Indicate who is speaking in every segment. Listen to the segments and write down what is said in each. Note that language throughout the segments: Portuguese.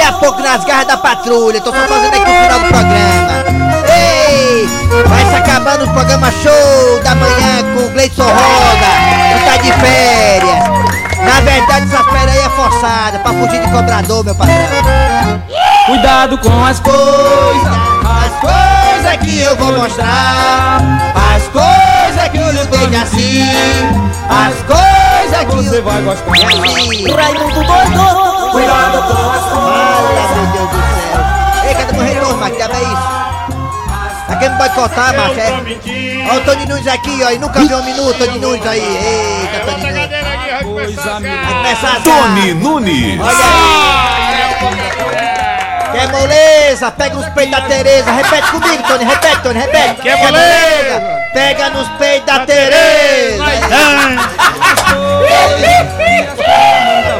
Speaker 1: é pouco nas garras da patrulha. Tô só fazendo aqui o final do programa. Ei, vai se acabando o programa show da manhã com o Gleidson Roda. Tu tá de férias. Na verdade, essa férias aí é forçada pra fugir de cobrador, meu patrão.
Speaker 2: Cuidado com as coisas.
Speaker 1: As coisas que eu vou mostrar. As coisas que eu lhe dei de assim. As coisas que
Speaker 2: Você
Speaker 1: eu...
Speaker 2: vai gostar.
Speaker 1: E assim...
Speaker 3: Raimundo Doidô,
Speaker 2: Cuidado com as
Speaker 1: Fala, meu Deus do céu. Ei, cadê meu retorno, Marcos? Já é isso? Tá querendo me boicotar, Marcos? é? Olha o Tony Nunes aqui, ó. E nunca viu um minuto, Tony Nunes aí. Eita,
Speaker 4: Levanta a
Speaker 1: Tony Nunes.
Speaker 4: cadeira aqui, vai começar a
Speaker 2: Coisa
Speaker 4: ficar.
Speaker 1: Vai começar a
Speaker 5: Tony Nunes.
Speaker 1: Olha aí. Que é moleza, pega nos peitos da Tereza. Repete comigo, Tony. Repete, Tony. Repete.
Speaker 4: Que é moleza.
Speaker 1: Pega nos peitos da Tereza.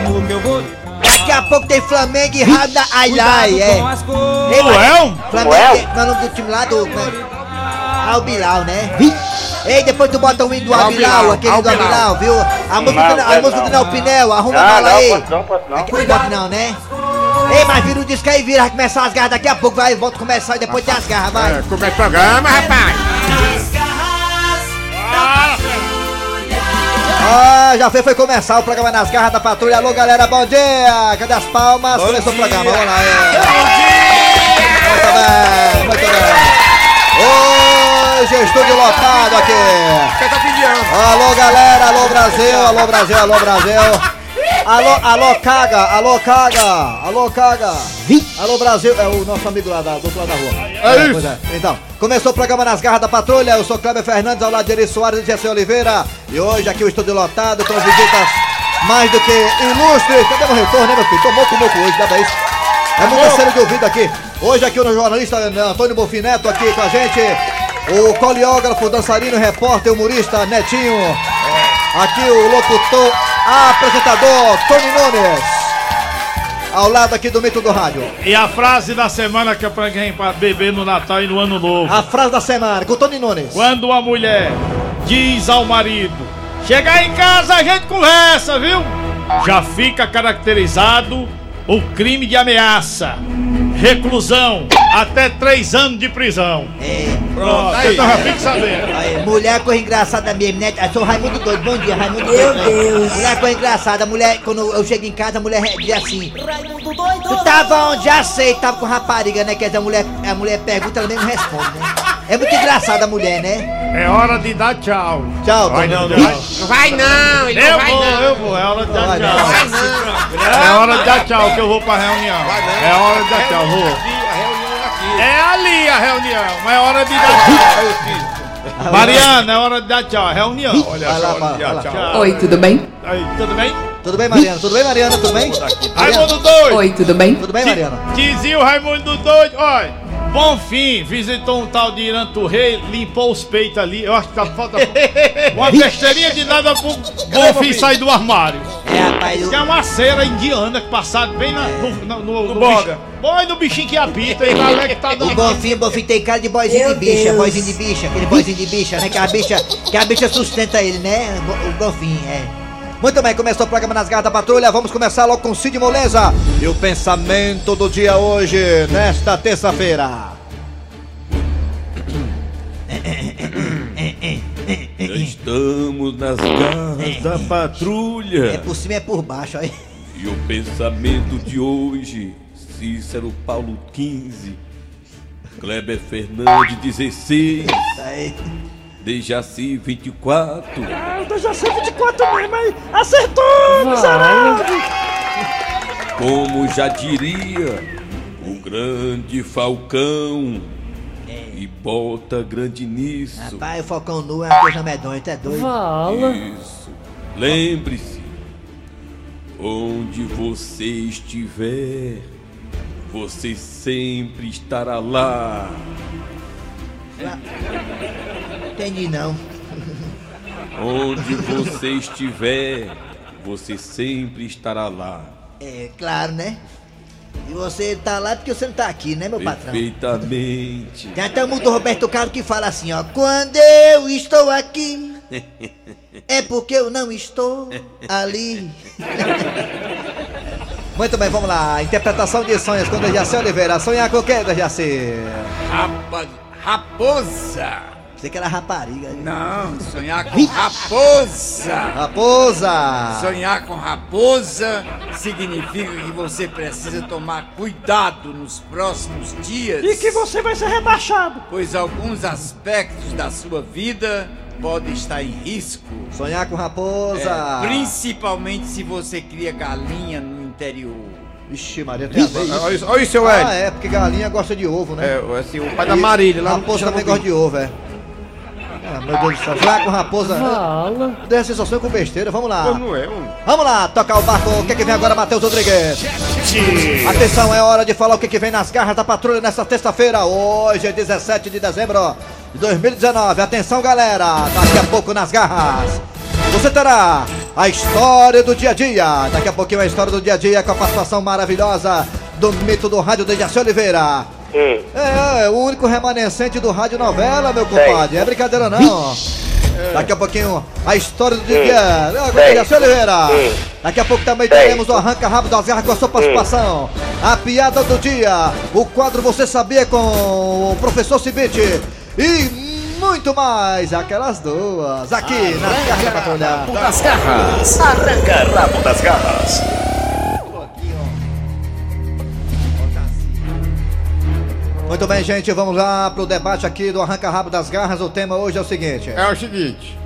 Speaker 2: amor que eu vou lhe dar.
Speaker 1: Daqui a pouco tem Flamengo e Rada Ailai,
Speaker 2: Cuidado
Speaker 1: é.
Speaker 2: com as coisas.
Speaker 1: Ei, Marcos.
Speaker 4: Ué?
Speaker 1: Flamengo, qual é o nome do time lá do. né? Albilau, né? Ei, depois tu bota o hino do Albilau,
Speaker 4: Albilau,
Speaker 1: aquele do Albilau, viu? A música,
Speaker 6: Não,
Speaker 1: do- a
Speaker 6: quero
Speaker 1: música do
Speaker 6: não.
Speaker 1: Nel Pinel, arruma a
Speaker 6: Não,
Speaker 1: bola aí.
Speaker 6: não, pode não, pode não.
Speaker 1: Aqui não bota não, né? Ei, mas vira o disco aí, vira, vai começar as garras daqui a pouco, vai, volta a começar e depois tem as garras, vai.
Speaker 4: É, Começa o programa, rapaz.
Speaker 1: Ah, já foi, foi começar o programa nas garras da patrulha. Alô, galera, bom dia! Cadê as palmas? Começou o programa, vamos lá, é. Muito bem, muito bem. Hoje eu estou de lotado aqui.
Speaker 4: Você tá pedindo.
Speaker 1: Alô galera, alô Brasil, alô Brasil, alô Brasil. Alô, alô caga, alô caga, alô caga. Alô Brasil, é o nosso amigo lá da, do outro lado da rua. É,
Speaker 4: isso.
Speaker 1: pois é. Então, começou o programa Nas Garras da Patrulha. Eu sou Cléber Fernandes, ao lado de Eri Soares e Jesse Oliveira. E hoje aqui o estúdio lotado com visitas mais do que ilustres. Cadê meu retorno, né, meu filho? Tomou com moco hoje, dá pra isso. É muita série de ouvido aqui. Hoje aqui no jornalista né, Antônio Bonfim Neto aqui com a gente. O coreógrafo, dançarino, repórter, humorista Netinho. Aqui o locutor, apresentador Tony Nunes. Ao lado aqui do mito do rádio.
Speaker 4: E a frase da semana que eu preguei pra beber no Natal e no Ano Novo.
Speaker 7: Ah.
Speaker 1: A frase da semana com Tony Nunes.
Speaker 4: Quando uma mulher diz ao marido: Chegar em casa a gente conversa, viu? Já fica caracterizado o crime de ameaça. Reclusão até três anos de prisão.
Speaker 1: É,
Speaker 4: Pronto, então já fique sabendo.
Speaker 1: aí, mulher coisa engraçada mesmo, né? Eu sou Raimundo Doido. Bom dia, Raimundo Doido. né?
Speaker 3: Deus.
Speaker 1: Mulher coisa engraçada. Mulher, quando eu chego em casa, a mulher diz assim.
Speaker 3: Raimundo
Speaker 1: Tu
Speaker 3: Doidô.
Speaker 2: tá
Speaker 1: tava onde? Já sei, tava com rapariga, né? Quer dizer, a mulher, a mulher pergunta, ela mesmo responde, né? É muito engraçada a mulher, né?
Speaker 4: É hora de dar tchau.
Speaker 1: Tchau,
Speaker 4: Vai
Speaker 1: Tony
Speaker 4: não,
Speaker 1: Nunes.
Speaker 4: vai.
Speaker 7: Não vai não, ele
Speaker 4: Eu
Speaker 7: não vai
Speaker 4: vou,
Speaker 7: não.
Speaker 4: eu vou, é hora de dar
Speaker 1: Vai
Speaker 4: tchau.
Speaker 1: não.
Speaker 7: Vai não.
Speaker 4: É hora de dar tchau que eu vou pra reunião. É hora de dar tchau, vou.
Speaker 7: A reunião aqui.
Speaker 4: É ali a reunião, mas é hora de dar tchau. Mariana, é hora de dar tchau, a reunião. Olha
Speaker 1: Vai
Speaker 4: só,
Speaker 1: lá, vai lá,
Speaker 4: dia,
Speaker 1: vai lá.
Speaker 4: tchau.
Speaker 8: Oi, tudo bem?
Speaker 4: Aí, tudo bem?
Speaker 1: Tudo bem, Mariana? Tudo bem, Mariana? Tudo bem? Mariana?
Speaker 4: Raimundo doido.
Speaker 8: Oi, tudo bem?
Speaker 1: Tudo bem, Mariana?
Speaker 4: Dizia o Raimundo doido, olha. Bom fim, visitou um tal de Iranto Rei, limpou os peitos ali. Eu acho que tá falta. Uma besteirinha de nada pro Bonfim sair do armário.
Speaker 1: É, rapaz,
Speaker 4: Isso é uma cera indiana que passaram bem na, no, no, no, no
Speaker 7: boga.
Speaker 4: bicho- Põe no bichinho que apita e lá é que tá
Speaker 1: O
Speaker 4: dando.
Speaker 1: Bonfim, o Bonfim tem cara de boizinho de bicha, boizinho de bicha, aquele boizinho de bicha, né? Que a bicha, que a bicha sustenta ele, né? O Bo- O Bonfim, é. Muito bem, começou o programa Nas Garras da Patrulha, vamos começar logo com Cid Moleza. E o pensamento do dia hoje, nesta terça-feira.
Speaker 5: Já estamos nas garras da
Speaker 1: É
Speaker 5: patrulha.
Speaker 1: por cima, é por baixo, aí.
Speaker 5: E o pensamento de hoje, Cícero Paulo 15, Kleber Fernandes 16,
Speaker 1: aí.
Speaker 5: Dejaci 24,
Speaker 3: Ah, Já sei 24 mesmo, aí. Acertou, miserável.
Speaker 5: como já diria o grande Falcão. E bota grande nisso.
Speaker 1: Rapaz, o Falcão Nu é uma coisa medonha, tu é doido.
Speaker 5: Isso. Lembre-se, onde você estiver, você sempre estará lá.
Speaker 1: Entendi não.
Speaker 5: Onde você estiver, você sempre estará lá.
Speaker 1: É, claro, né? E você tá lá porque você não tá aqui, né, meu patrão?
Speaker 5: Perfeitamente.
Speaker 1: Tem até o mundo Roberto Carlos que fala assim, ó. Quando eu estou aqui, é porque eu não estou ali.
Speaker 8: Muito bem, vamos lá. Interpretação de sonhos com Dejaci Oliveira. Sonhar com o quê, Dejaci?
Speaker 9: Rapa- Raposa.
Speaker 8: Você que era rapariga. né?
Speaker 9: Não, sonhar com raposa.
Speaker 8: Raposa!
Speaker 9: Sonhar com raposa significa que você precisa tomar cuidado nos próximos dias.
Speaker 3: E que você vai ser rebaixado.
Speaker 9: Pois alguns aspectos da sua vida podem estar em risco.
Speaker 8: Sonhar com raposa!
Speaker 9: É, principalmente se você cria galinha no interior.
Speaker 8: Ixi, Maria, tem a ver isso.
Speaker 2: Olha isso, olha isso, seu
Speaker 8: Ah,
Speaker 2: Ed.
Speaker 8: é, porque galinha gosta de ovo, né?
Speaker 2: É, assim, o pai da Marília lá.
Speaker 8: Raposa
Speaker 2: chama
Speaker 8: também gosta de ovo, é. Ah, meu Deus do céu. Vai com raposa.
Speaker 3: Fala.
Speaker 8: Deu a sensação com besteira, vamos lá.
Speaker 2: Não é, homem.
Speaker 8: Vamos lá, tocar o barco. O que, que vem agora, Matheus Rodrigues? Atenção, é hora de falar o que, que vem nas garras da patrulha nesta terça-feira. Hoje é 17 de dezembro de 2019. Atenção, galera. Daqui a pouco nas garras. Você terá a história do dia a dia. Daqui a pouquinho a história do dia a dia com a participação maravilhosa do mito do rádio Dejaci Oliveira. É, é o único remanescente do rádio novela, meu compadre. É brincadeira não. Daqui a pouquinho, a história do dia. Agora, Dejaci Oliveira. Daqui a pouco também teremos o arranca rápido das garras com a sua participação. A piada do dia. O quadro Você Sabia com o professor Cibite. E muito mais. Aquelas duas. Aqui, na Garra da Patrulha. Muito bem, gente, vamos lá pro debate aqui do Arranca Rabo das Garras. O tema hoje é o seguinte.
Speaker 2: É o seguinte.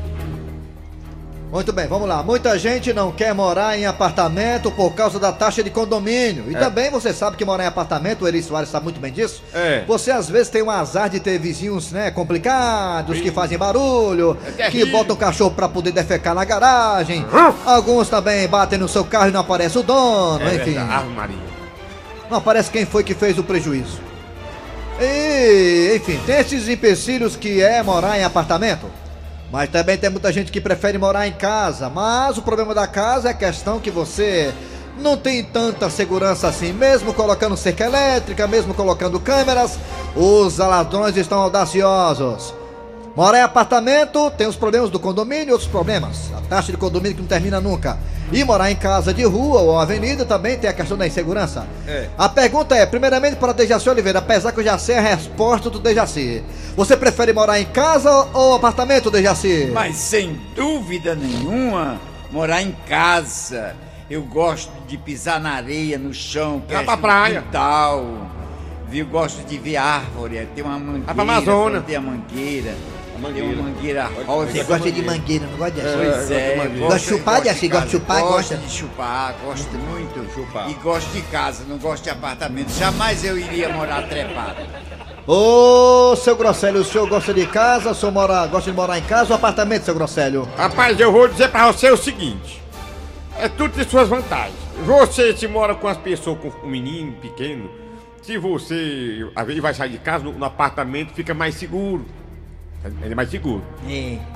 Speaker 8: Muito bem, vamos lá. Muita gente não quer morar em apartamento por causa da taxa de condomínio. E também você sabe que morar em apartamento, o Eri Soares sabe muito bem disso.
Speaker 2: É.
Speaker 8: Você às vezes tem um azar de ter vizinhos, né, complicados, que fazem barulho, É que
Speaker 2: terrível.
Speaker 8: botam o cachorro pra poder defecar na garagem. Alguns também batem no seu carro e não aparece o dono,
Speaker 2: É
Speaker 8: enfim.
Speaker 2: verdade, Ave Maria.
Speaker 8: Não aparece quem foi que fez o prejuízo. E, enfim, tem esses empecilhos que é morar em apartamento. Mas também tem muita gente que prefere morar em casa. Mas o problema da casa é a questão que você não tem tanta segurança assim. Mesmo colocando cerca elétrica, mesmo colocando câmeras, os ladrões estão audaciosos. Morar em apartamento tem os problemas do condomínio e outros problemas. A taxa de condomínio que não termina nunca. E morar em casa de rua ou avenida também tem a questão da insegurança.
Speaker 2: É.
Speaker 8: A pergunta é, primeiramente para Dejaci Oliveira, apesar que eu já sei a resposta do Dejaci. Você prefere morar em casa ou apartamento, Dejaci?
Speaker 9: Mas sem dúvida nenhuma, morar em casa. Eu gosto de pisar na areia, no chão, perto
Speaker 2: pra
Speaker 9: do
Speaker 2: praia.
Speaker 9: quintal. Viu? Gosto de ver árvore, É, tem uma mangueira.
Speaker 2: pra Amazônia.
Speaker 9: Tem a mangueira.
Speaker 2: A mangueira.
Speaker 9: Tem uma mangueira
Speaker 2: Pode-
Speaker 9: rosa.
Speaker 2: Você
Speaker 8: mangueira, não gosta de
Speaker 2: É,
Speaker 9: Pois é,
Speaker 2: gosto de mangueira.
Speaker 8: Gosta de chupar,
Speaker 9: gosto
Speaker 8: Jaci? Gosta de
Speaker 9: casa.
Speaker 8: chupar, gosta?
Speaker 9: Gosto de chupar, gosto muito.
Speaker 2: Uhum. Chupar.
Speaker 9: E gosto de casa, não gosto de apartamento. Jamais eu iria morar trepado.
Speaker 8: Ô, seu Grosselio, o senhor gosta de casa, o senhor mora, gosta de morar em casa ou apartamento, seu Grosselio?
Speaker 2: Rapaz, eu vou dizer pra você o seguinte. É tudo de suas vantagens. Você se mora com as pessoas, com um menino pequeno, se você às vezes vai sair de casa, no, no apartamento fica mais seguro. É mais seguro.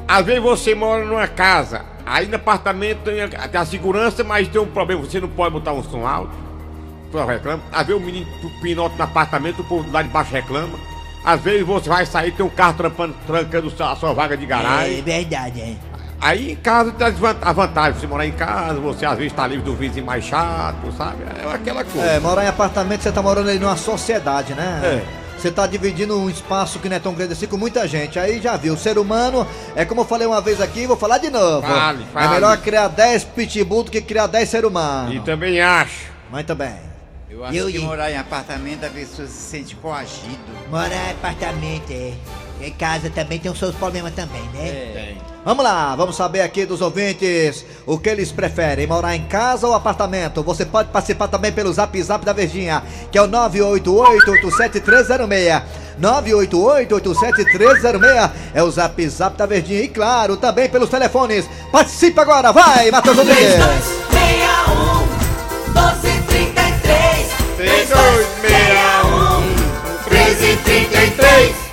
Speaker 2: Às vezes você mora numa casa, aí no apartamento tem a, tem a segurança, mas tem um problema, você não pode botar um som alto. O pessoal reclama. Às vezes o menino pinota no apartamento, o povo lá de baixo reclama. Às vezes você vai sair, tem um carro trampando, trancando sua- a sua vaga de garagem.
Speaker 8: verdade, é.
Speaker 2: Aí em casa tem as van- a vantagem, você morar em casa, você às vezes tá livre do vizinho mais chato, sabe? É aquela coisa.
Speaker 8: É, morar em apartamento, você tá morando aí numa sociedade, né?
Speaker 2: É.
Speaker 8: Você tá dividindo um espaço que não é tão grande assim com muita gente. Aí já viu, o ser humano, é como eu falei uma vez aqui, vou falar de novo.
Speaker 2: Fale, fale.
Speaker 8: É melhor criar 10 pitbull do que criar 10 ser
Speaker 1: É.
Speaker 8: humanos.
Speaker 2: E também acho.
Speaker 8: Muito bem.
Speaker 9: Eu acho
Speaker 8: Eu
Speaker 9: que
Speaker 8: ia-
Speaker 9: morar em apartamento a pessoa se sente coagido.
Speaker 8: Morar em apartamento, é. Em casa também tem os seus problemas também,
Speaker 2: É.
Speaker 8: né? Vamos lá, vamos saber aqui dos ouvintes o que eles preferem, morar em casa ou apartamento. Você pode participar também pelo Zap Zap da Verdinha, que é o 988-87306. 988-87306 é o Zap Zap da Verdinha e claro, também pelos telefones. Participe agora, vai, Matheus Rodrigues.
Speaker 6: 3261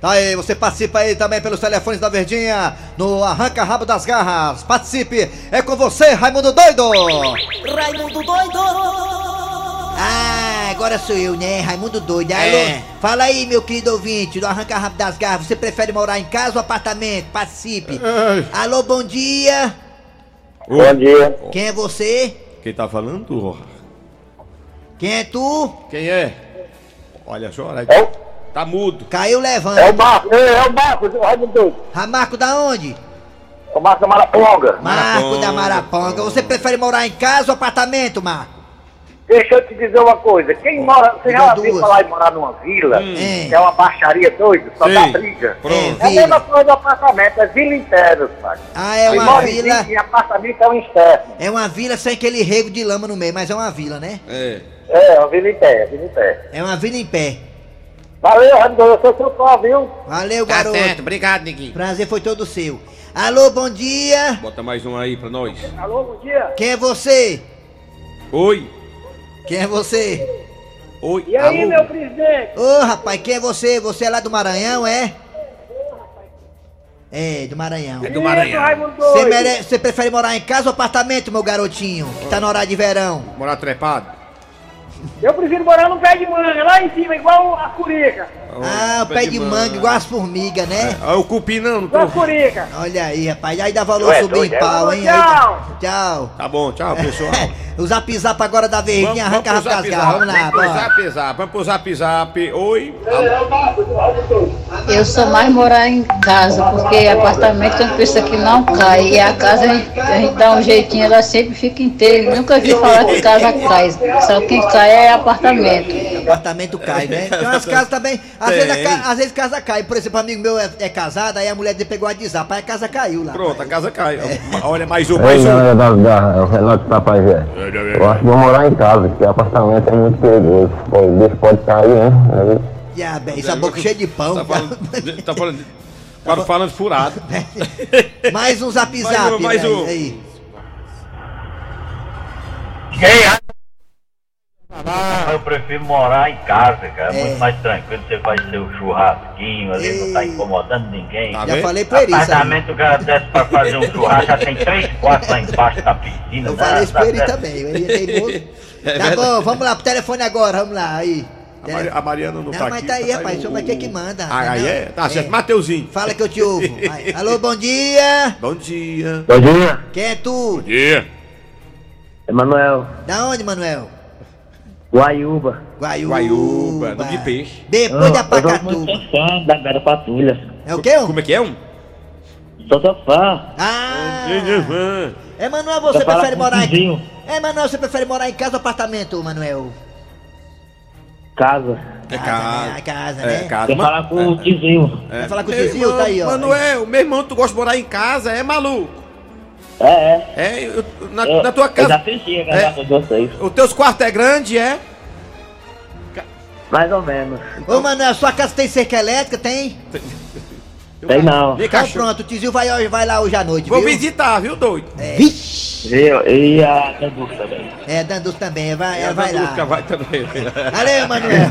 Speaker 8: Tá aí, você participa aí também pelos telefones da Verdinha, no Arranca Rabo das Garras. Participe, é com você, Raimundo Doido.
Speaker 6: Raimundo doido
Speaker 8: Ah, agora sou eu, né? Raimundo doido.
Speaker 9: É.
Speaker 8: Alô, fala aí, meu querido ouvinte do Arranca Rabo das Garras. Você prefere morar em casa ou apartamento? Participe. Alô, bom dia.
Speaker 10: Bom dia.
Speaker 8: Quem é você?
Speaker 2: Quem tá falando?
Speaker 1: Quem é tu?
Speaker 2: Quem é? Olha só, olha aí.
Speaker 9: É o,
Speaker 2: tá mudo.
Speaker 1: Caiu,
Speaker 9: é o
Speaker 1: levanta.
Speaker 9: Marco, é, é o Marco, vai de doido.
Speaker 1: Ramarco da onde?
Speaker 9: É o Marco da Maraponga.
Speaker 1: Marco da Maraponga. Você prefere morar em casa ou apartamento, Marco?
Speaker 9: Deixa eu te dizer uma coisa, quem mora, você já
Speaker 1: Deu
Speaker 9: ouviu
Speaker 1: duas.
Speaker 9: falar em morar numa vila,
Speaker 1: Hum.
Speaker 9: que é uma baixaria doida, só dá
Speaker 2: Sei.
Speaker 9: briga.
Speaker 2: Pronto.
Speaker 9: É a mesma coisa do apartamento, é vila inteira, sabe?
Speaker 1: Ah, é
Speaker 9: Quem
Speaker 1: uma
Speaker 9: mora
Speaker 1: vila.
Speaker 9: Em vila e apartamento é um inferno.
Speaker 1: É uma vila sem aquele rego de lama no meio, mas é uma vila, né?
Speaker 2: É.
Speaker 9: É, é uma vila inteira, vila inteira.
Speaker 1: É uma vila em pé.
Speaker 9: Valeu, Randolfo, eu sou seu fã, viu?
Speaker 1: Valeu,
Speaker 9: Tá
Speaker 1: garoto.
Speaker 2: obrigado, Neguinho.
Speaker 1: Prazer foi todo seu. Alô, bom dia.
Speaker 2: Bota mais um aí pra nós.
Speaker 9: Alô, bom dia.
Speaker 1: Quem é você?
Speaker 2: Oi,
Speaker 1: Quem é você?
Speaker 2: oi.
Speaker 9: E aí,
Speaker 2: alô.
Speaker 9: meu presidente?
Speaker 1: Ô, rapaz, quem é você? Você é lá do Maranhão, é? É, do Maranhão.
Speaker 2: É do Maranhão.
Speaker 1: Você mere- você prefere morar em casa ou apartamento, meu garotinho? Que tá na hora de verão.
Speaker 2: Morar trepado?
Speaker 9: Eu prefiro morar num pé de manga, lá em cima, igual a curica.
Speaker 1: Ah, o pé de manga, igual as formigas, né?
Speaker 2: Ah, o cupim não, não
Speaker 9: Igual a
Speaker 2: tô.
Speaker 9: curica.
Speaker 1: Olha aí, rapaz. Aí dá valor
Speaker 9: Ué,
Speaker 1: subir
Speaker 9: doido,
Speaker 1: em
Speaker 9: é?
Speaker 1: pau, hein? Aí dá- Tchau.
Speaker 2: Tá bom, tchau, pessoal.
Speaker 1: o zap zap agora da verdinha, arranca
Speaker 2: pro
Speaker 1: rasga as
Speaker 2: zap,
Speaker 1: garras. Vamos lá,
Speaker 2: zap, vamos pro
Speaker 1: bora.
Speaker 2: zap, zap, vamos pro zap, zap. Oi. Ah, alô.
Speaker 11: Eu sou mais morar em casa, porque apartamento tem coisa que não cai. E a casa a gente, a gente dá um jeitinho, ela sempre fica inteira. Nunca vi falar que casa cai. Só quem cai é apartamento.
Speaker 1: Apartamento cai, né? Tem umas casas também. Às
Speaker 2: É. Tem.
Speaker 1: vezes, a ca- às vezes casa cai. Por exemplo, amigo meu é, é casado, aí a mulher dele pegou a WhatsApp, aí a casa caiu lá.
Speaker 2: Pronto, a
Speaker 1: rapaz.
Speaker 2: casa cai.
Speaker 1: É.
Speaker 2: Olha, mais um,
Speaker 8: Ei,
Speaker 2: mais um.
Speaker 8: galera das garras, é o Renato Papai Zé. Eu acho que vou morar em casa, porque apartamento é muito perigoso. Pô, o bicho pode cair, né?
Speaker 1: Diabo, é, essa boca cheia de pão.
Speaker 2: Tá falando. Tá falando. Tá falando furado.
Speaker 1: mais um zap
Speaker 2: Mais
Speaker 1: zap.
Speaker 2: um, mais
Speaker 1: velho,
Speaker 2: um.
Speaker 1: aí.
Speaker 12: Ah, Eu prefiro morar em casa, cara. É
Speaker 1: É.
Speaker 12: muito mais tranquilo. Você faz seu churrasquinho ali, não tá
Speaker 1: Ei.
Speaker 12: incomodando ninguém.
Speaker 2: Tá
Speaker 1: Já
Speaker 2: vendo?
Speaker 1: falei por isso. aí.
Speaker 12: Apartamento, o cara desce pra fazer um churrasco, já tem três quartos lá embaixo da piscina.
Speaker 1: Eu
Speaker 12: né?
Speaker 1: falei isso pra ele
Speaker 12: Tá
Speaker 1: também. Ele é teimoso.
Speaker 2: É
Speaker 1: tá bom,
Speaker 2: verdade.
Speaker 1: vamos lá pro telefone agora, vamos lá. Aí.
Speaker 2: A, Mari- a Mariana não,
Speaker 1: né? Não,
Speaker 2: tá
Speaker 1: mas
Speaker 2: aqui.
Speaker 1: tá aí,
Speaker 2: saiu
Speaker 1: rapaz, só
Speaker 2: o-
Speaker 1: vai ter que manda,
Speaker 2: Ah, aí
Speaker 1: não?
Speaker 2: é? Tá certo.
Speaker 1: É.
Speaker 2: Mateuzinho.
Speaker 1: Fala que eu te ouvo. vai. Alô, bom dia.
Speaker 2: Bom dia.
Speaker 8: Bom dia,
Speaker 1: Quem é tu?
Speaker 2: Dia.
Speaker 8: Emanuel.
Speaker 1: Da onde, Manuel?
Speaker 8: Guaiúba.
Speaker 1: Guaiúba.
Speaker 2: Guaiúba, nome de peixe.
Speaker 9: Ah,
Speaker 1: Depois da Pacatuba.
Speaker 9: da Vera Patrulha.
Speaker 1: É o quê? um?
Speaker 2: Como é que é um?
Speaker 9: Sou seu fã.
Speaker 1: Ah!
Speaker 2: Aham.
Speaker 1: É, Manuel, você
Speaker 9: Pra falar
Speaker 1: prefere
Speaker 9: com o
Speaker 1: morar em...
Speaker 9: vizinho.
Speaker 1: É, Manuel, você prefere morar em casa ou apartamento, Manuel?
Speaker 9: Casa.
Speaker 2: É
Speaker 1: né?
Speaker 2: casa.
Speaker 1: Casa,
Speaker 2: É
Speaker 1: né?
Speaker 2: casa.
Speaker 9: Quer falar com
Speaker 2: É.
Speaker 9: o Tizinho.
Speaker 1: Vai falar com o Tizinho,
Speaker 2: Irmão,
Speaker 1: tá aí, ó.
Speaker 2: Manuel, meu irmão, tu gosta de morar em casa, é maluco?
Speaker 9: É, é.
Speaker 2: É, eu- eu- na,
Speaker 9: Eu-
Speaker 2: na tua
Speaker 9: Eu já
Speaker 2: casa,
Speaker 9: assisti a
Speaker 2: É.
Speaker 9: casa de vocês.
Speaker 2: os teus quartos é grande, é?
Speaker 9: Mais ou menos.
Speaker 1: Ô, Manuel, sua casa tem cerca elétrica, tem?
Speaker 9: Tem não.
Speaker 2: Vem cá,
Speaker 1: Então
Speaker 2: cachorro.
Speaker 1: pronto, o Tizinho vai, hoje- vai lá hoje à noite,
Speaker 2: Vou
Speaker 1: viu?
Speaker 2: visitar, viu, doido?
Speaker 9: Viu? E a Danduca também.
Speaker 1: É, Dandus também, vai,
Speaker 2: É,
Speaker 1: é, vai
Speaker 2: Manuca
Speaker 1: lá.
Speaker 2: vai também.
Speaker 1: Valeu, Manuel.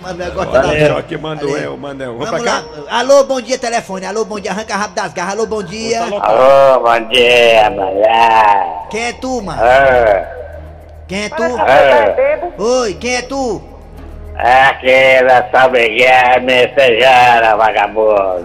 Speaker 1: Manuel gosta da
Speaker 2: Olha só que é Manuel,
Speaker 1: Valeu.
Speaker 2: Manuel. Vamos
Speaker 1: Vamos
Speaker 2: pra
Speaker 1: lá.
Speaker 2: cá?
Speaker 1: Alô, bom dia, telefone. Alô, bom dia. Arranca rápido das garras. Alô, bom dia.
Speaker 9: Alô, bom dia, mulher.
Speaker 1: Quem é tu, mano?
Speaker 9: Ah,
Speaker 1: Quem é tu?
Speaker 9: ah,
Speaker 1: Oi, quem é tu?
Speaker 9: é Aquela é? sabrigueira mensageira, vagabundo.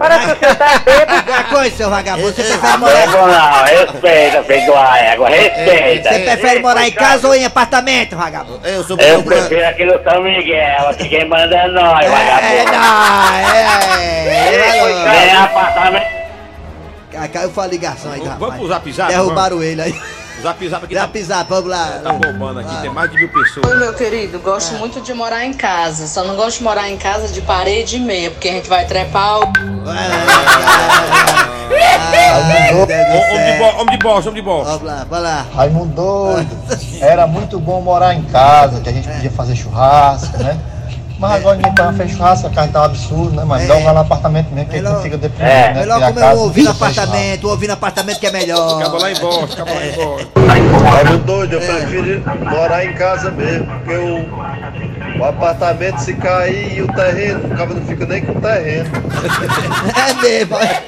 Speaker 1: Coisa, seu vagabundo. Você
Speaker 2: Ah,
Speaker 1: prefere morar, Eh,
Speaker 9: Amigo não, respeita, filho do água, respeita.
Speaker 1: você prefere morar em casa ou em apartamento, vagabundo?
Speaker 2: Eu sou
Speaker 9: Eu prefiro aqui no São Miguel, aqui quem manda é nós,
Speaker 1: É,
Speaker 9: vagabundo.
Speaker 1: não, é, é, valeu.
Speaker 9: Tem apartamento.
Speaker 1: Ca- Caiu foi a ligação aí, do
Speaker 2: Vamos
Speaker 1: rapaz.
Speaker 2: pro zap zap,
Speaker 1: Derrubaram ele aí.
Speaker 2: Zap zap aqui tá,
Speaker 1: Zap zap, vamos
Speaker 2: tá
Speaker 1: lá.
Speaker 2: bombando aqui,
Speaker 1: Ah.
Speaker 2: tem mais de mil pessoas.
Speaker 11: Oi, meu querido, gosto muito de morar em casa. Só não gosto de morar em casa de parede e meia, porque a gente vai trepar o.
Speaker 1: Ah, meu Deus do
Speaker 2: Ô, Homem de
Speaker 1: céu.
Speaker 2: bola, homem de bola, homem de bola.
Speaker 1: Vamos lá, vamos lá.
Speaker 8: Raimundo doido. Era muito bom morar em casa, que a gente podia fazer churrasco, né?
Speaker 2: É.
Speaker 8: Mas agora ninguém tava fazendo churrasco, a casa tá absurdo, né? Mas
Speaker 1: É.
Speaker 8: dá um lá no apartamento mesmo, que
Speaker 1: Melhor-
Speaker 8: ele fica deprimido,
Speaker 9: É.
Speaker 8: né?
Speaker 1: Melhor
Speaker 8: Porque a
Speaker 1: comer um
Speaker 8: casa não
Speaker 1: ouvido no
Speaker 8: tem churrasco.
Speaker 1: apartamento, um ouvido no apartamento que é melhor. É.
Speaker 2: Acaba lá embaixo, acaba lá embaixo.
Speaker 8: Raimundo doido, eu prefiro morar em casa mesmo, porque o, o apartamento se cair e o terreno, o cara não fica nem com o terreno.
Speaker 1: É mesmo, é,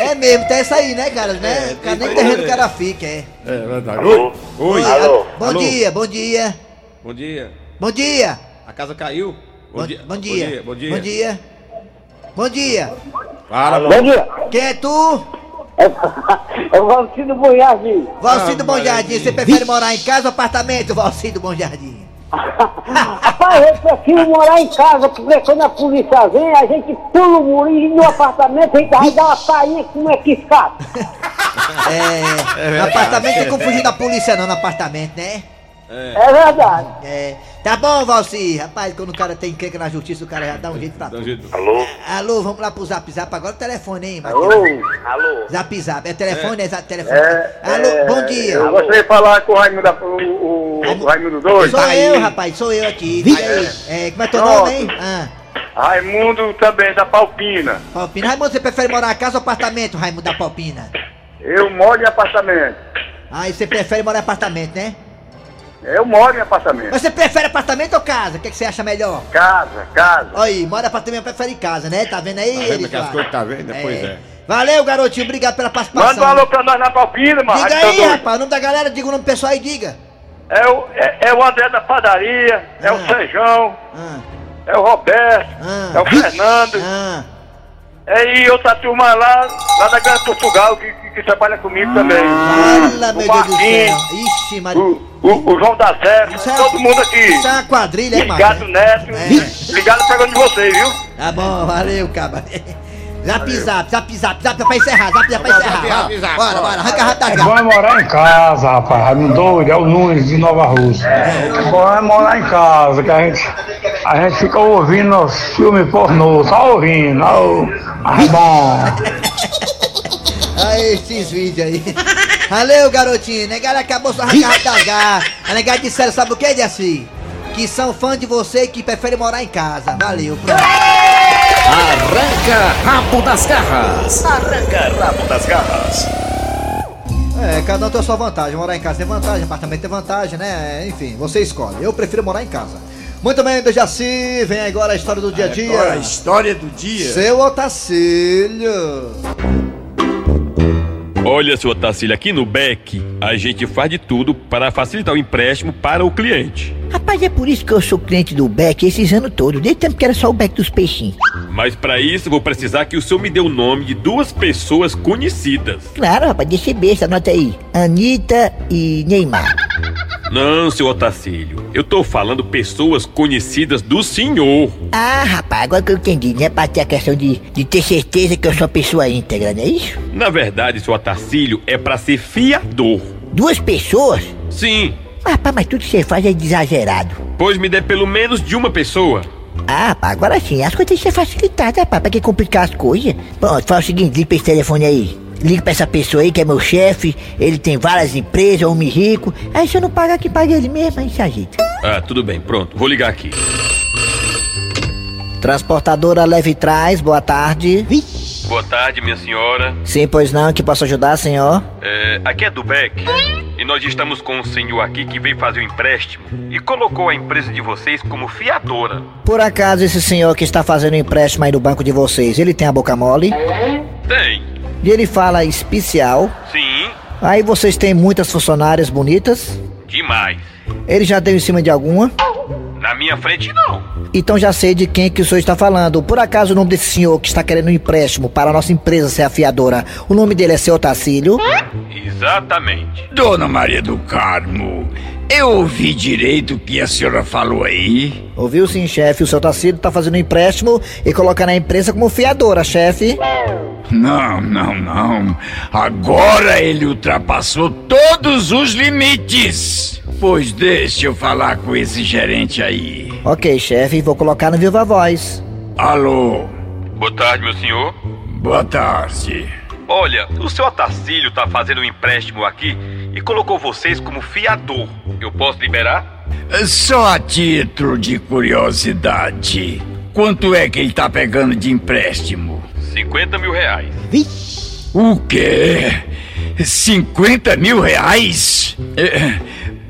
Speaker 1: é mesmo, tem essa aí, né, cara? Né? O cara nem terreno o cara fica, é.
Speaker 2: É verdade. Oi, oi.
Speaker 9: Alô?
Speaker 1: bom
Speaker 2: Alô?
Speaker 1: dia, bom dia.
Speaker 2: Bom dia.
Speaker 1: Bom dia.
Speaker 2: A casa caiu?
Speaker 1: Bom, bom dia.
Speaker 2: Bom dia.
Speaker 1: Bom dia. Bom dia.
Speaker 2: Fala,
Speaker 9: Bom dia,
Speaker 1: Quem é tu?
Speaker 9: é o Valentino Bunhardi.
Speaker 1: Valcindo
Speaker 2: Ah,
Speaker 1: Bom Jardim.
Speaker 2: maravilha.
Speaker 1: Você prefere morar em casa ou apartamento, Valcindo Bom Jardim?
Speaker 13: Rapaz, eu prefiro morar em casa, porque quando a polícia vem, a gente pula o muro e no apartamento a gente vai dar uma saída como é que escapa.
Speaker 1: É, no apartamento tem como fugir da polícia não no apartamento, né?
Speaker 13: É verdade.
Speaker 1: É. Tá bom, Valci. Rapaz, quando o cara tem encrenca na justiça, o cara já dá um jeito pra tudo.
Speaker 2: Alô?
Speaker 1: Alô, vamos lá pro zap zap. Agora o telefone, hein,
Speaker 2: Alô?
Speaker 1: Zap zap. É telefone, é, zap telefone.
Speaker 2: É,
Speaker 1: Alô,
Speaker 2: é,
Speaker 1: bom dia.
Speaker 2: Eu gostaria de falar com o Raimundo, da- o, o, o Raimundo dois.
Speaker 1: Sou eu, rapaz, sou eu aqui. Diga aí. É, como é teu
Speaker 2: Pronto.
Speaker 1: nome, hein? Ah,
Speaker 2: Raimundo também, da Palpina.
Speaker 1: Palpina. Raimundo, você prefere morar em casa ou apartamento, Raimundo da Palpina?
Speaker 2: Eu moro em apartamento.
Speaker 1: Ah, e você prefere morar em apartamento, né?
Speaker 2: Eu moro em apartamento.
Speaker 1: Mas você prefere apartamento ou casa? O que, é que você acha melhor?
Speaker 2: Casa, casa.
Speaker 1: Olha aí, mora em apartamento, prefere casa, né? Tá vendo aí?
Speaker 14: Tá vendo
Speaker 1: Eric,
Speaker 14: que as
Speaker 1: lá?
Speaker 14: coisas tá vendo? Pois é.
Speaker 1: Valeu, garotinho. Obrigado pela participação.
Speaker 2: Manda um alô pra nós na Palpina, mano.
Speaker 1: Diga
Speaker 2: Rádio
Speaker 1: aí,
Speaker 2: Tanto-
Speaker 1: rapaz. O nome da galera, diga o nome do pessoal aí, diga.
Speaker 2: É o, é, é o André da padaria, é
Speaker 1: Ah.
Speaker 2: o Sejão, é o Roberto, é o Fernando.
Speaker 1: Ah.
Speaker 2: É, e outra turma lá, lá da Grande Portugal, que, que- que trabalha comigo também.
Speaker 1: Ah, Fala,
Speaker 2: o
Speaker 1: meu Deus do céu.
Speaker 2: Marquinhos,
Speaker 1: Ixi, Maria.
Speaker 2: o, o João da Sé, todo mundo aqui.
Speaker 1: Isso é uma quadrilha, hein, Marcos?
Speaker 2: Ligado Neto,
Speaker 1: É.
Speaker 2: ligado pegando de vocês, viu?
Speaker 1: Tá bom, valeu, cabra. Zap, zap, zap, zap, zap, é pra encerrar, zap, zap, pra encerrar. Bora, Bora, bora, arranca rápido da
Speaker 15: Vai morar em casa, rapaz. Raimundo doido, é o Nunes de Nova Rússia. Vai morar em casa, que a gente, a gente fica ouvindo os filmes pornô, só ouvindo. Ó, o- ah, bom.
Speaker 1: Aí, esses vídeos aí. Valeu, garotinho. Negada acabou sua arranca rápido da garra. A negada disseram, sabe o que, Jaci? Que são fã de você e que preferem morar em casa. Valeu, pronto.
Speaker 16: Arranca rabo das garras. Arranca rabo das garras.
Speaker 1: É, cada um tem a sua vantagem. Morar em casa tem vantagem, apartamento tem vantagem, né? Enfim, você escolhe. Eu prefiro morar em casa. Muito bem, do Jaci. Vem agora a história do dia a dia.
Speaker 8: Agora, a história do dia.
Speaker 1: Seu Otacílio.
Speaker 17: Olha, seu Otacílio, aqui no BEC, a gente faz de tudo para facilitar o empréstimo para o cliente.
Speaker 18: Rapaz, é por isso que eu sou cliente do Beck esses anos todos, desde o tempo que era só o Beck dos peixinhos.
Speaker 17: Mas para isso, vou precisar que o senhor me dê o nome de duas pessoas conhecidas.
Speaker 18: Claro, rapaz, deixa eu besta, anota aí. Anitta e Neymar.
Speaker 17: Não, seu Otacílio, eu tô falando pessoas conhecidas do senhor.
Speaker 18: Ah, rapaz, agora que eu entendi, né? Pra ter a questão de, de ter certeza que eu sou uma pessoa íntegra, não é isso?
Speaker 17: Na verdade, seu Otacílio é para ser fiador.
Speaker 18: Duas pessoas?
Speaker 17: Sim,
Speaker 18: Ah, Rapaz, mas tudo que você faz é de exagerado.
Speaker 17: pois me dê pelo menos de uma pessoa.
Speaker 18: Ah, rapaz, agora sim, as coisas têm que ser facilitadas, rapaz, pra que complicar as coisas? Pronto, faz o seguinte, liga pra esse telefone aí. Liga pra essa pessoa aí que é meu chefe, ele tem várias empresas, homem rico. Aí se eu não pagar, que paga ele mesmo, aí se ajeita.
Speaker 17: Ah, tudo bem, pronto, vou ligar aqui.
Speaker 18: Transportadora Leve Trás, boa tarde.
Speaker 17: Boa tarde, minha senhora.
Speaker 18: Sim, pois não, que posso ajudar, senhor?
Speaker 17: É, aqui é do Beck e nós estamos com um senhor aqui que veio fazer um empréstimo e colocou a empresa de vocês como fiadora.
Speaker 18: Por acaso esse senhor que está fazendo o empréstimo aí no banco de vocês, ele tem a boca mole?
Speaker 17: Tem.
Speaker 18: E ele fala especial.
Speaker 17: Sim.
Speaker 18: Aí vocês têm muitas funcionárias bonitas.
Speaker 17: Demais.
Speaker 18: Ele já deu em cima de alguma.
Speaker 17: Na minha frente, não.
Speaker 18: Então já sei de quem que o senhor está falando. Por acaso o nome desse senhor que está querendo um empréstimo para a nossa empresa ser afiadora, o nome dele é seu Tacílio?
Speaker 17: Exatamente.
Speaker 16: Dona Maria do Carmo, eu ouvi direito o que a senhora falou aí.
Speaker 18: Ouviu sim, chefe, o seu Tacílio está fazendo um empréstimo e colocando a empresa como fiadora, chefe.
Speaker 16: Não, não, não. Agora ele ultrapassou todos os limites. Pois deixe eu falar com esse gerente aí.
Speaker 18: Ok, chefe, vou colocar no Viva Voz.
Speaker 16: Alô,
Speaker 17: Boa tarde, meu senhor.
Speaker 16: boa tarde.
Speaker 17: Olha, o seu Atacílio tá fazendo um empréstimo aqui e colocou vocês como fiador. Eu posso liberar?
Speaker 16: Só a título de curiosidade, quanto é que ele tá pegando de empréstimo?
Speaker 17: 50 mil reais.
Speaker 16: O quê? 50 mil reais? É,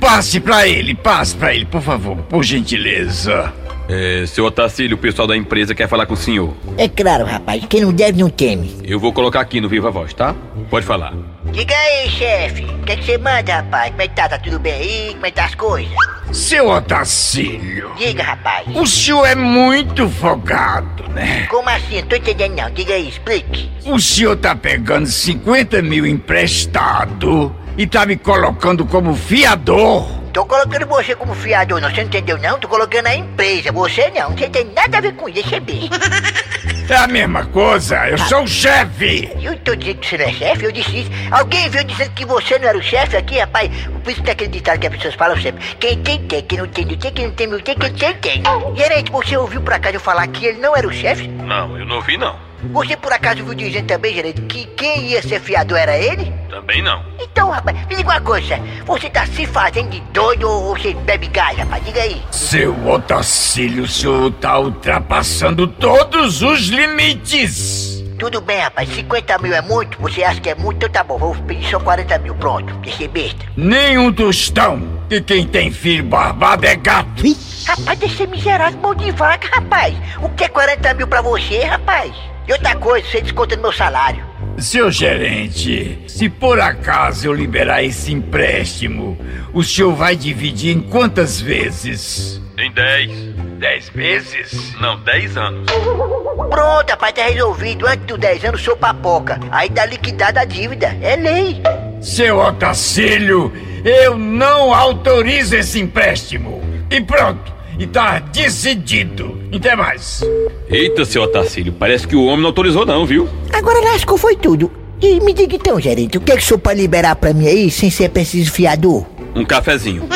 Speaker 16: passe pra ele, passe pra ele, por favor, por gentileza.
Speaker 17: É, seu Otacílio, o pessoal da empresa quer falar com o senhor.
Speaker 18: É claro, rapaz, quem não deve não teme.
Speaker 17: Eu vou colocar aqui no Viva Voz, tá? Pode falar.
Speaker 18: Diga aí, chefe, o que, que você manda, rapaz? Como é que tá? Tá tudo bem aí? Como é que tá as coisas?
Speaker 16: Seu Otacílio,
Speaker 18: Diga, rapaz.
Speaker 16: o senhor é muito folgado, né?
Speaker 18: Como assim? Não tô entendendo não, diga aí, explique.
Speaker 16: O senhor tá pegando 50 mil emprestado e tá me colocando como fiador.
Speaker 18: Tô colocando você como fiador, não. Você não entendeu, não? Tô colocando a empresa. Você não. Você tem nada a ver com isso, é bicho.
Speaker 16: É a mesma coisa, eu sou o chefe!
Speaker 18: Eu tô dizendo que você não é chefe, eu disse isso. Alguém veio dizendo que você não era o chefe aqui, rapaz. Por isso que tá acreditado que as pessoas falam sempre. Quem tem, tem. Quem não tem, não tem. Quem não tem, não tem. Quem tem, tem. Gerente, você ouviu por acaso eu falar que ele não era o chefe?
Speaker 17: Não, eu não ouvi não.
Speaker 18: Você por acaso ouviu dizendo também, gerente, que quem ia ser fiador era ele?
Speaker 17: Também não.
Speaker 18: Então, rapaz, me diga uma coisa. Você tá se fazendo de doido ou você bebe gás, rapaz? Diga aí.
Speaker 16: Seu Otacílio, o senhor tá ultrapassando todos os limites!
Speaker 18: Tudo bem, rapaz. 50 mil é muito? Você acha que é muito? Então tá bom, vou pedir só 40 mil. Pronto, deixei besta.
Speaker 16: Nenhum um tostão! E quem tem filho barbado é gato!
Speaker 18: Rapaz, deixa miserável, mão de vaca, rapaz. O que é 40 mil pra você, rapaz? E outra coisa, você desconta no meu salário.
Speaker 16: Seu gerente, se por acaso eu liberar esse empréstimo, o senhor vai dividir em quantas vezes?
Speaker 17: Em 10.
Speaker 16: 10 vezes?
Speaker 17: Não, 10 anos.
Speaker 18: Pronto, rapaz, tá resolvido. Antes dos 10 anos, sou papoca. Aí dá liquidada a dívida. É lei.
Speaker 16: Seu Otacílio, eu não autorizo esse empréstimo. E pronto, e tá decidido. Até mais.
Speaker 17: Eita, seu Otacílio, parece que o homem não autorizou não, viu?
Speaker 18: Agora lascou foi tudo. E me diga então, gerente, o que é que o senhor pode liberar pra mim aí, sem ser preciso fiador?
Speaker 17: Um cafezinho.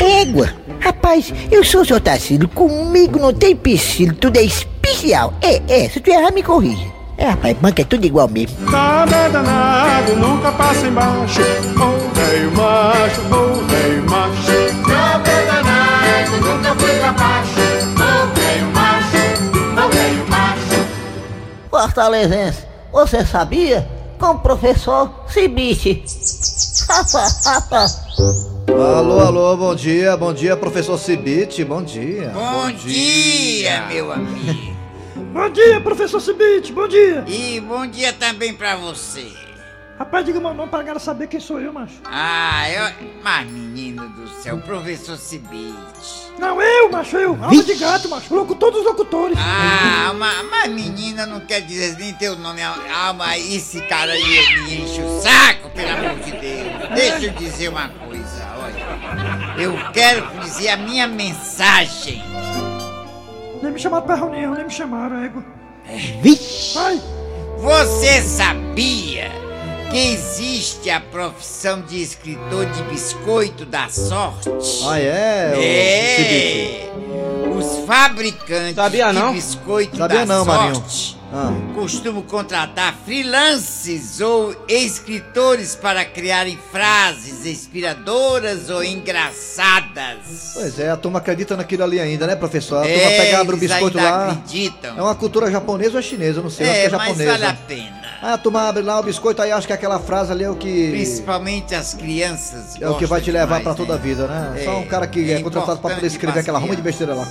Speaker 18: Égua! Rapaz, eu sou o seu Tarcílio, comigo não tem piscilo, tudo é especial. É, é, se tu errar, me corrija. É, rapaz, banca é tudo igual mesmo.
Speaker 19: Nada Tá danado, nunca passa embaixo. Bom velho macho, bom velho macho. Nada Tá danado, nunca foi pra baixo. Bom velho macho, bom velho macho.
Speaker 1: Fortalezense, você sabia? Com o professor Cibite.
Speaker 8: Alô, alô, bom dia, bom dia, professor Cibite, bom dia.
Speaker 9: Bom dia, meu amigo.
Speaker 3: Bom dia, professor Cibite, bom dia.
Speaker 9: E bom dia também pra você.
Speaker 3: Rapaz, diga meu nome pra galera saber quem sou eu, macho.
Speaker 9: Ah, eu. Mas, menino do céu, professor Cibite.
Speaker 3: Não, eu, macho, eu. Alma de gato, macho. Louco todos os locutores.
Speaker 9: Ah, mas, mas menina não quer dizer nem teu nome. Ah, mas esse cara aí me enche o saco, pelo amor de Deus. Deixa eu dizer uma coisa, olha. Eu quero dizer a minha mensagem.
Speaker 3: Nem me chamaram pra reunião, nem me chamaram, égua.
Speaker 9: Vai. Você sabia que existe a profissão de escritor de biscoito da sorte?
Speaker 8: Ah, é? ô,
Speaker 9: É. Os fabricantes
Speaker 8: Sabia não?
Speaker 9: de biscoito
Speaker 8: Sabia
Speaker 9: da
Speaker 8: não, Marinho.
Speaker 9: sorte
Speaker 8: Ah.
Speaker 9: costumam contratar freelances ou escritores para criarem frases inspiradoras ou engraçadas.
Speaker 8: Pois é, a turma acredita naquilo ali ainda, né, professor? A turma
Speaker 9: É,
Speaker 8: pega, abre o
Speaker 9: eles
Speaker 8: biscoito
Speaker 9: ainda
Speaker 8: lá.
Speaker 9: acreditam.
Speaker 8: É uma cultura japonesa ou é chinesa, eu não sei, eu acho que
Speaker 9: É,
Speaker 8: é
Speaker 9: mas
Speaker 8: japonesa.
Speaker 9: vale a pena.
Speaker 8: Ah, a turma abre lá o biscoito, aí acha que aquela frase ali é o que.
Speaker 9: Principalmente as crianças.
Speaker 8: É o que vai te levar pra toda a
Speaker 9: a
Speaker 8: vida, né?
Speaker 9: É,
Speaker 8: Só um cara que é,
Speaker 9: é
Speaker 8: contratado pra poder
Speaker 9: importante né?
Speaker 8: escrever
Speaker 9: pras
Speaker 8: aquela ruma de besteira lá.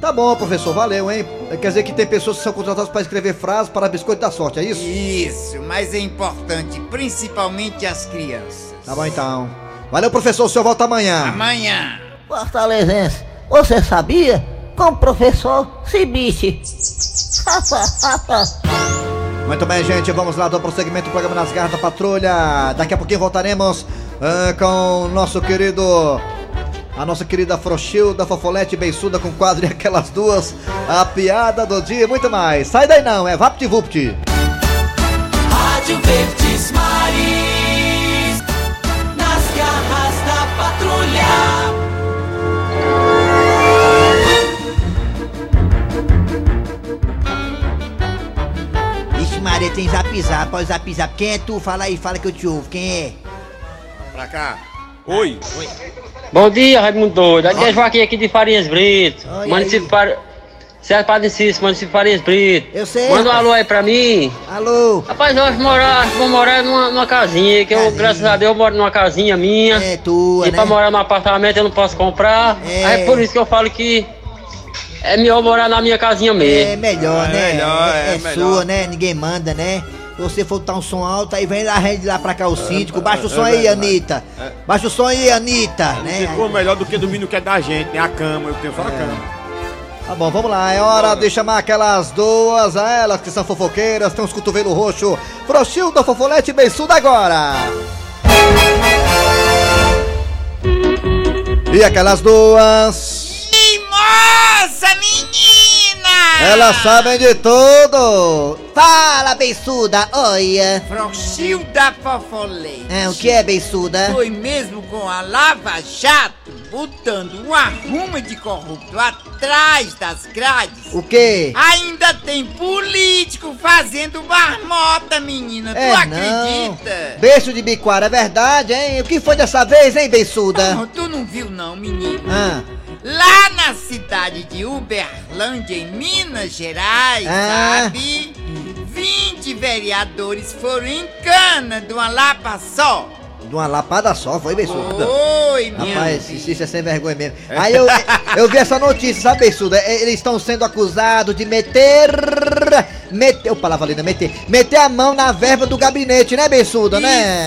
Speaker 8: Tá bom, professor, valeu, hein? Quer dizer que tem pessoas que são contratadas pra escrever frases para biscoito da sorte, é isso?
Speaker 9: Isso, mas é importante, principalmente as crianças.
Speaker 8: Tá bom então. Valeu, professor, o senhor volta amanhã.
Speaker 9: Amanhã.
Speaker 1: Fortalezense, você sabia? Com o professor Cibite.
Speaker 8: Muito bem, gente, vamos lá dar prosseguimento ao programa Nas Garras da Patrulha. Daqui a pouquinho voltaremos ah, com o nosso querido. A nossa querida Frochilda Fofolete Beiçuda com o quadro e aquelas duas. A piada do dia e muito mais. Sai daí não, é VaptVupt.
Speaker 6: Rádio Verdes Maris, nas garras da patrulha.
Speaker 1: Ixi, Maria, tem zap zap, pode zap zap. Quem é tu? Fala aí, fala que eu te ouvo. Quem é?
Speaker 2: Pra cá. Oi. Oi.
Speaker 13: Bom dia, Raimundo Doido. Aqui é Joaquim aqui de Farias Brito.
Speaker 1: Olha
Speaker 13: Município Par... Serra Padecista, município Farias Brito.
Speaker 1: Eu sei,
Speaker 13: Manda um
Speaker 1: rapaz.
Speaker 13: alô aí pra mim.
Speaker 1: Alô?
Speaker 13: Rapaz, nós morar, vamos morar numa, numa casinha, que eu, graças a Deus, eu moro numa casinha minha. É
Speaker 1: tua,
Speaker 8: né?
Speaker 1: né?
Speaker 13: E pra morar num apartamento eu não posso comprar.
Speaker 1: É.
Speaker 13: Aí por isso que eu falo que é melhor morar na minha casinha mesmo.
Speaker 1: É melhor,
Speaker 13: É
Speaker 1: né?
Speaker 13: melhor, é melhor.
Speaker 1: sua, né? Ninguém manda, né? Você botar um som alto, aí vem lá, rende lá pra cá o síndico. Baixa o som
Speaker 2: é
Speaker 1: aí,
Speaker 2: verdade.
Speaker 1: Anitta.
Speaker 2: É.
Speaker 1: Baixa o som aí, Anitta. Né?
Speaker 2: Ficou melhor do que dormir no que é da gente, né? A cama, eu tenho só a cama.
Speaker 8: Tá bom, vamos lá, é hora de chamar aquelas duas, a elas que são fofoqueiras,
Speaker 1: um
Speaker 8: tem os cotovelo roxo. Frochilda Fofolete Beiçuda agora! E aquelas duas.
Speaker 20: Nossa, menina!
Speaker 8: Elas sabem de tudo!
Speaker 1: Fala, beiçuda! Olha!
Speaker 9: Frouxilda Fofolete.
Speaker 1: É, o que é, beiçuda?
Speaker 9: Foi mesmo com a Lava Jato botando uma ruma de corrupto atrás das grades.
Speaker 1: O quê?
Speaker 9: Ainda tem político fazendo marmota, menina.
Speaker 1: É,
Speaker 9: tu
Speaker 1: não.
Speaker 9: acredita?
Speaker 1: Beiço de biquara, é verdade, hein? O que foi dessa vez, hein,
Speaker 9: Não,
Speaker 1: beiçuda?
Speaker 9: tu não viu não, menino.
Speaker 1: Ah.
Speaker 9: Lá na cidade de Uberlândia, em Minas Gerais,
Speaker 1: Ah.
Speaker 9: sabe? 20 vereadores foram em cana de uma lapa só.
Speaker 8: De uma lapada só, foi, beiçuda?
Speaker 9: Oi, minha
Speaker 8: Rapaz, isso, isso é sem vergonha mesmo. Aí eu, eu vi essa notícia, sabe, beiçuda? É, Eles estão sendo acusados de meter. Meter. Ô, palavra linda, meter. Meter a mão na verba do gabinete, né, beiçuda, né?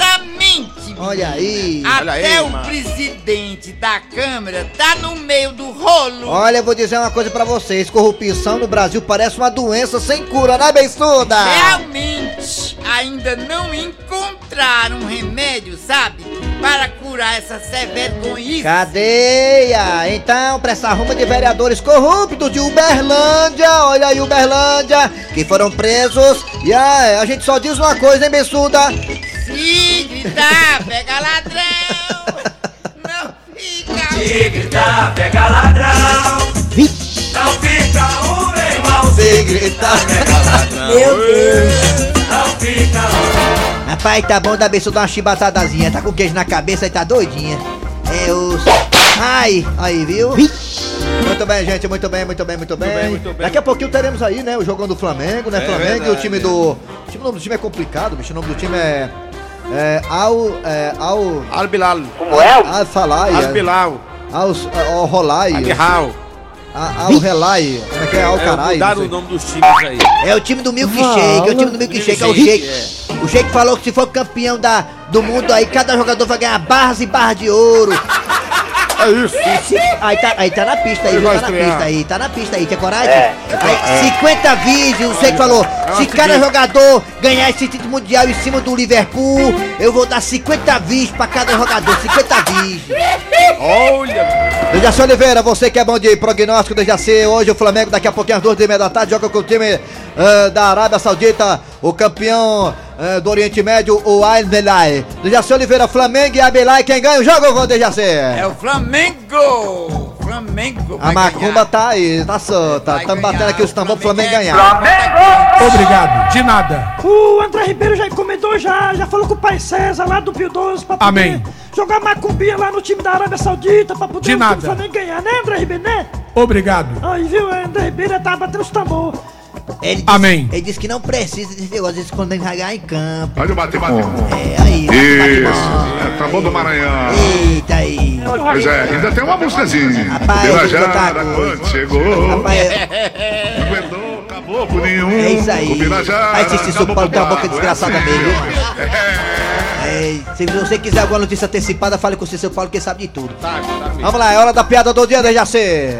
Speaker 9: Exatamente!
Speaker 8: Olha aí.
Speaker 9: Até
Speaker 8: Olha aí,
Speaker 9: o
Speaker 8: mano.
Speaker 9: presidente da Câmara tá no meio do rolo.
Speaker 8: Olha, eu vou dizer uma coisa pra vocês: corrupção no Brasil parece uma doença sem cura, né, beiçuda?
Speaker 9: Realmente, ainda não encontraram um remédio, sabe? Para curar essa severa com isso.
Speaker 8: Cadeia! Então, pra essa ruma de vereadores corruptos de Uberlândia, olha aí Uberlândia, que foram presos. E ah, a gente só diz uma coisa, hein, Bessuda?
Speaker 9: Se gritar, pega ladrão. um
Speaker 6: Se gritar, pega ladrão. Não fica o meu irmão.
Speaker 8: Se gritar,
Speaker 6: pega ladrão.
Speaker 1: Meu
Speaker 6: Deus. Não fica um. o
Speaker 1: Rapaz, tá bom da beiçuda uma chibatadazinha. Tá com queijo na cabeça e tá doidinha. É os. Ai, aí, viu?
Speaker 8: Muito bem, gente, muito bem, muito bem, muito bem.
Speaker 1: bem, muito bem.
Speaker 8: Daqui a pouquinho teremos aí, né, o jogão do Flamengo, né?
Speaker 1: É
Speaker 8: Flamengo e o
Speaker 1: verdade.
Speaker 8: time do. O time- o nome do time é complicado, bicho. O nome do time é. É. Al. É, al.
Speaker 2: Albilal.
Speaker 8: Como é? Al Falai.
Speaker 2: Albilal.
Speaker 8: Al. Al Rolai.
Speaker 2: Alihal.
Speaker 8: A- Al Relai. Como é que é? Al Carai.
Speaker 21: Mudaram o nome dos times aí.
Speaker 1: É o time do milkshake, é o time do milkshake, é o
Speaker 21: Milkshake,
Speaker 1: shake. O shake falou que se for campeão da, do mundo aí, cada jogador vai ganhar barras e barras de ouro. É isso. Aí tá, aí tá na pista aí,
Speaker 18: Ele
Speaker 1: viu?
Speaker 18: vai
Speaker 1: tá na
Speaker 18: estrear.
Speaker 1: pista aí, tá na pista aí, tem coragem?
Speaker 18: É.
Speaker 1: Aí,
Speaker 18: É.
Speaker 1: 50 vídeos, o shake
Speaker 8: É
Speaker 1: falou, se cada jogador ganhar esse título mundial em cima do Liverpool, eu vou dar 50 vídeos pra cada jogador, 50 vídeos.
Speaker 2: Olha!
Speaker 8: Dejaci Oliveira, você que é bom de prognóstico, Dejaci, hoje o Flamengo daqui a pouquinho às duas e meia da tarde joga com o time eh, da Arábia Saudita, o campeão eh, do Oriente Médio, o Al Belai. Dejaci Oliveira, Flamengo e Abelai, quem ganha o jogo, vô, Dejaci?
Speaker 9: É o Flamengo! Flamengo!
Speaker 8: A macumba tá aí, tá solta, estamos batendo aqui os tambores pro Flamengo
Speaker 9: é
Speaker 8: ganhar.
Speaker 22: Obrigado, de nada.
Speaker 3: O André Ribeiro já encomendou já, já falou com o pai César lá do Pio 12 pra poder
Speaker 22: Amém.
Speaker 3: jogar macumbinha lá no time da Arábia Saudita pra poder
Speaker 22: De
Speaker 3: o time
Speaker 22: nada.
Speaker 3: do Flamengo ganhar, né, André Ribeiro, né?
Speaker 22: Obrigado.
Speaker 3: Aí, viu, André Ribeiro tá batendo os tambor.
Speaker 1: Ele disse,
Speaker 22: Amém.
Speaker 1: Ele disse que não precisa desse negócio, desse quando tem que jogar em campo.
Speaker 23: Olha o bate, bate.
Speaker 1: É, aí,
Speaker 23: Isso. É, tá bom do Maranhão.
Speaker 1: Eita aí.
Speaker 8: Tá
Speaker 23: Pois é, ainda tem uma músicazinha. Birajara, quando chegou. Não aguentou, caboclo nenhum.
Speaker 1: É isso aí.
Speaker 23: O Birajara.
Speaker 1: Vai se supor, tem uma boca
Speaker 23: É
Speaker 1: desgraçada
Speaker 23: assim,
Speaker 1: mesmo.
Speaker 23: ó.
Speaker 1: É, se você quiser alguma notícia antecipada, fale com o seu Paulo que sabe de tudo.
Speaker 8: Vamos lá, é hora da piada do dia, Dejaci.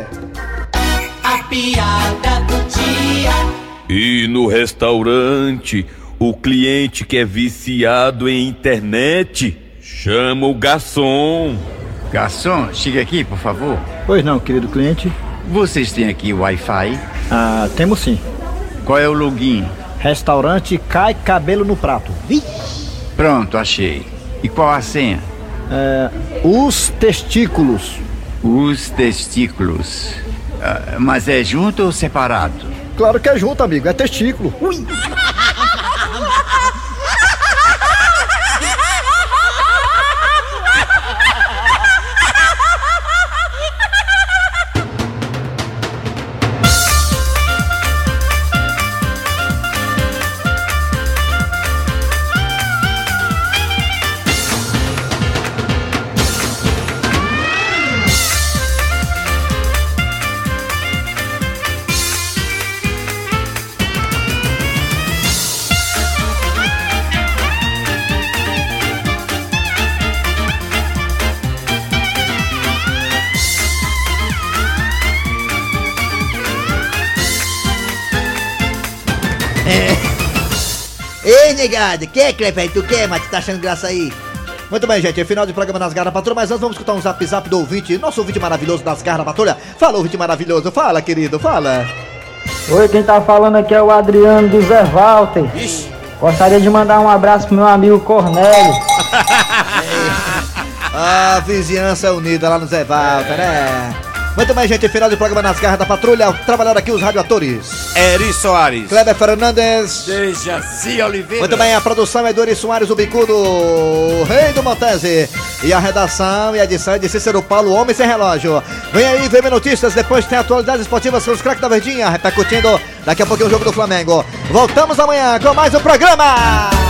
Speaker 6: A piada do dia.
Speaker 5: E no restaurante, o cliente que é viciado em internet chama o garçom.
Speaker 16: Garçom, chega aqui, por favor. Pois não, querido cliente. Vocês têm aqui Wi-Fi? Ah, temos sim. Qual é o login? Restaurante Cai Cabelo no Prato. Pronto, achei. E qual a senha? É, os testículos. Os testículos. Ah, mas é junto ou separado? Claro que é junto, amigo. É testículo.
Speaker 1: Ei, negado, quer, Cleber? Tu quer, mas tu tá achando graça aí?
Speaker 8: Muito bem, gente. é Final de programa nas Garras da Patrulha, mas nós vamos escutar um zap zap do ouvinte, nosso ouvinte maravilhoso das Garras da Patrulha. Fala, ouvinte maravilhoso. Fala, querido, fala.
Speaker 3: Oi, quem tá falando aqui é o Adriano do Zé Walter. Gostaria de mandar um abraço pro meu amigo Cornélio.
Speaker 8: A vizinhança unida lá no Zé Walter, né? Muito bem, gente. Final de programa nas Garras da Patrulha. Trabalharam aqui os radioatores.
Speaker 16: Eri Soares.
Speaker 8: Kleber Fernandes.
Speaker 16: Dejaci Oliveira.
Speaker 8: Muito bem, a produção é do Eri Soares, o bicudo, o rei do Montese. E a redação e a edição é de Cícero Paulo, homem sem relógio. Vem aí, vem notícias, depois tem atualidades esportivas com os craques da Verdinha, repercutindo daqui a pouquinho o jogo do Flamengo. Voltamos amanhã com mais um programa.